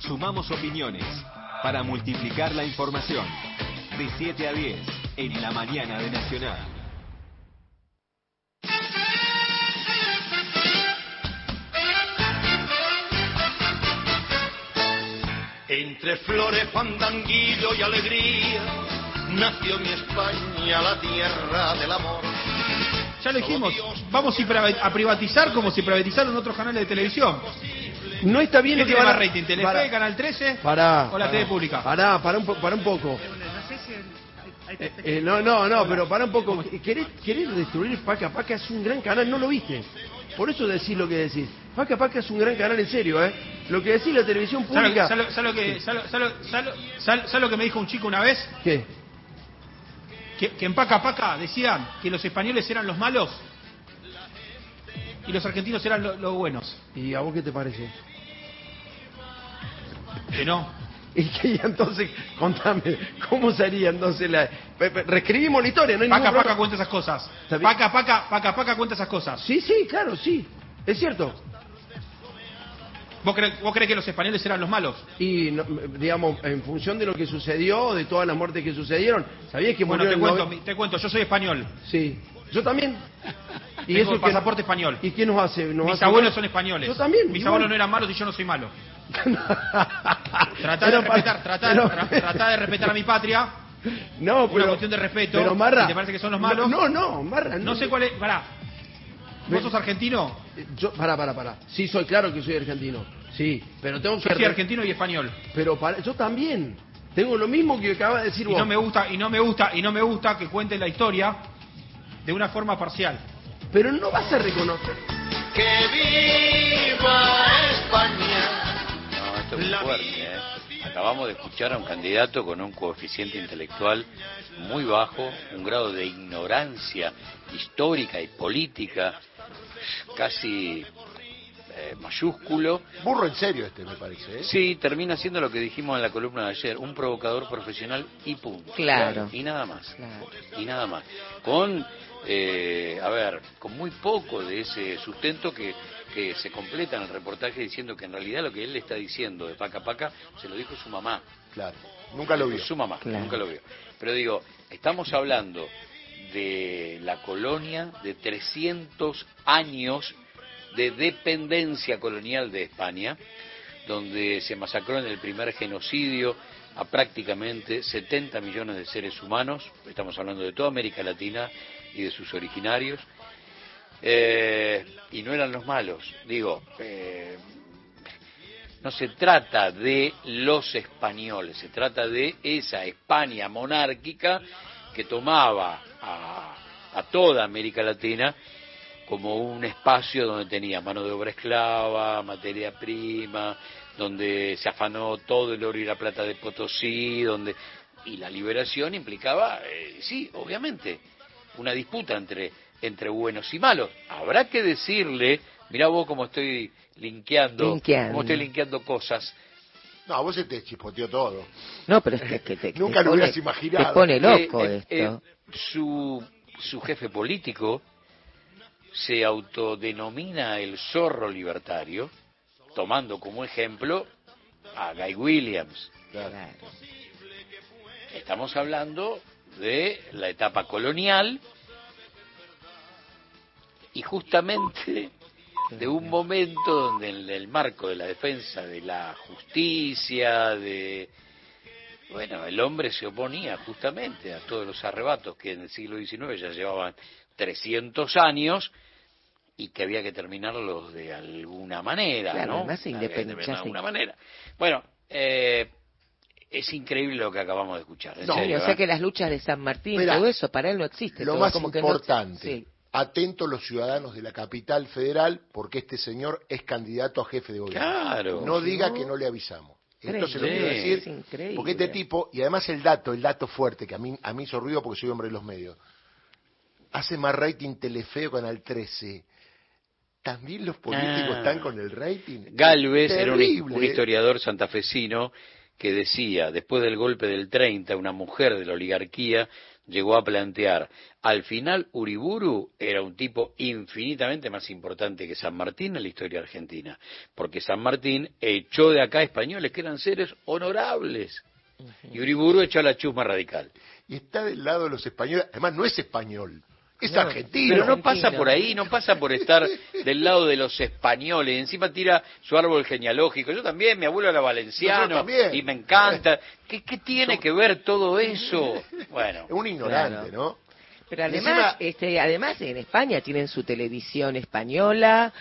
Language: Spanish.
Sumamos opiniones para multiplicar la información. De 7 a 10 en la mañana de Nacional. Entre flores, fandanguillo y alegría, nació mi España, la tierra del amor. Ya lo dijimos, vamos a priva- a privatizar como se privatizaron otros canales de televisión. No está bien ¿Quién lo que Este tiene van más a... rating? ¿Telefe, Pará, Canal 13 Pará. o la TV pública? Pará, pará un, po- pará un poco. Eh, eh, no, no, no, pero pará un poco. ¿Querés, querés destruir Paca Paca? Es un gran canal, no lo viste. Por eso decís lo que decís. Paca Paca es un gran canal, en serio, ¿eh? Lo que decís la televisión ¿Sabes pública... sabes- sabes lo que, sabes- sabes- sabes- sabes- sabes lo que me dijo un chico una vez? ¿Qué? Que, que en Paca Paca decían que los españoles eran los malos y los argentinos eran lo- los buenos. ¿Y a vos qué te parece? Que no. Y que y entonces, contame, ¿cómo sería entonces la... pe- pe- Reescribimos la historia, no hay Paca ningún Paca problema. cuenta esas cosas. Está bien. Paca Paca, Paca Paca cuenta esas cosas. Sí, sí, claro, sí. Es cierto. ¿Vos crees, vos crees que los españoles eran los malos? Y, no, digamos, en función de lo que sucedió, de todas las muertes que sucedieron, ¿sabías que Bueno, murió te el cuento, noven- mi- te cuento, yo soy español. Sí. Yo también. Tengo que- pasaporte español. ¿Y qué nos hace? Nos Mis hace- abuelos son españoles. Yo también. Mis igual. abuelos no eran malos y yo no soy malo. Tratá de Pero para- respetar, tratá, pero- tra- tratá de respetar a mi patria. No, pero... cuestión de respeto. Pero Marra... ¿Te parece que son los malos? No, no, Marra. No sé cuál es. Pará. ¿Vos sos argentino? Yo, pará, pará, pará. Sí, soy claro que soy argentino. Sí, pero tengo que... Yo soy argentino y español. Pero para- yo también. Tengo lo mismo que acaba de decir Y vos. no me gusta, y no me gusta, y no me gusta que cuenten la historia de una forma parcial. Pero no vas a reconocer. ¡Que viva España! No, esto es muy fuerte. ¿eh? Acabamos de escuchar a un candidato con un coeficiente intelectual muy bajo, un grado de ignorancia histórica y política casi eh, mayúsculo. Burro en serio este, me parece. ¿eh? Sí, termina siendo lo que dijimos en la columna de ayer, un provocador profesional y punto. Claro. Y nada más. Claro. Y nada más. Con, eh, a ver, con muy poco de ese sustento que, que se completa en el reportaje diciendo que en realidad lo que él le está diciendo de Paca Paca se lo dijo su mamá. Claro. Nunca lo vio. Su mamá, Claro. nunca lo vio. Pero digo, estamos hablando de la colonia de 300 años de dependencia colonial de España, donde se masacró en el primer genocidio a prácticamente 70 millones de seres humanos, estamos hablando de toda América Latina y de sus originarios, eh, y no eran los malos, digo, eh, no se trata de los españoles, se trata de esa España monárquica que tomaba a, a toda América Latina como un espacio donde tenía mano de obra esclava, materia prima, donde se afanó todo el oro y la plata de Potosí, donde y la liberación implicaba, eh, sí, obviamente, una disputa entre entre buenos y malos. Habrá que decirle, mirá vos cómo estoy linkeando, Linkeando. cómo estoy linkeando cosas. No, a vos se te chispoteó todo. No, pero es que, que te, Nunca te lo pone- hubieras imaginado. Te pone loco Eh, eh, esto. eh, su, su jefe político se autodenomina el zorro libertario, tomando como ejemplo a Guy Williams. Claro. Estamos hablando de la etapa colonial y justamente de un momento donde en el marco de la defensa de la justicia, de... Bueno, el hombre se oponía justamente a todos los arrebatos que en el siglo XIX ya llevaban 300 años y que había que terminarlos de alguna manera, Claro, ¿no? además se Había que independ- terminarlos ya de se- alguna manera. Bueno, eh, es increíble lo que acabamos de escuchar. en No, serio, o ¿eh? sea que las luchas de San Martín, Mirá, todo eso, para él no existe. Lo todo más como que no- importante, sí. atentos los ciudadanos de la capital federal, porque este señor es candidato a jefe de gobierno. Claro. No diga que no le avisamos. Esto se lo Increíble. quiero decir. Es increíble. Porque este tipo, y además el dato, el dato fuerte, que a mí, a mí hizo ruido porque soy hombre de los medios, hace más rating Telefeo Canal 13. También los políticos Ah. están con el rating. Galvez era un, Terrible. un historiador santafesino que decía, después del golpe del 30, una mujer de la oligarquía llegó a plantear. Al final, Uriburu era un tipo infinitamente más importante que San Martín en la historia argentina, porque San Martín echó de acá españoles que eran seres honorables. Y Uriburu echó a la chusma radical. ¿eh? Y está del lado de los españoles. Además, no es español, es No, argentino. Pero no Argentino. pasa por ahí, no pasa por estar del lado de los españoles. Encima tira su árbol genealógico. Yo también, mi abuelo era Yo valenciano también. y me encanta. ¿Qué, qué tiene que ver todo eso? Bueno, Es un ignorante, Claro. ¿no? Pero Y además, encima- este, además en España tienen su televisión española,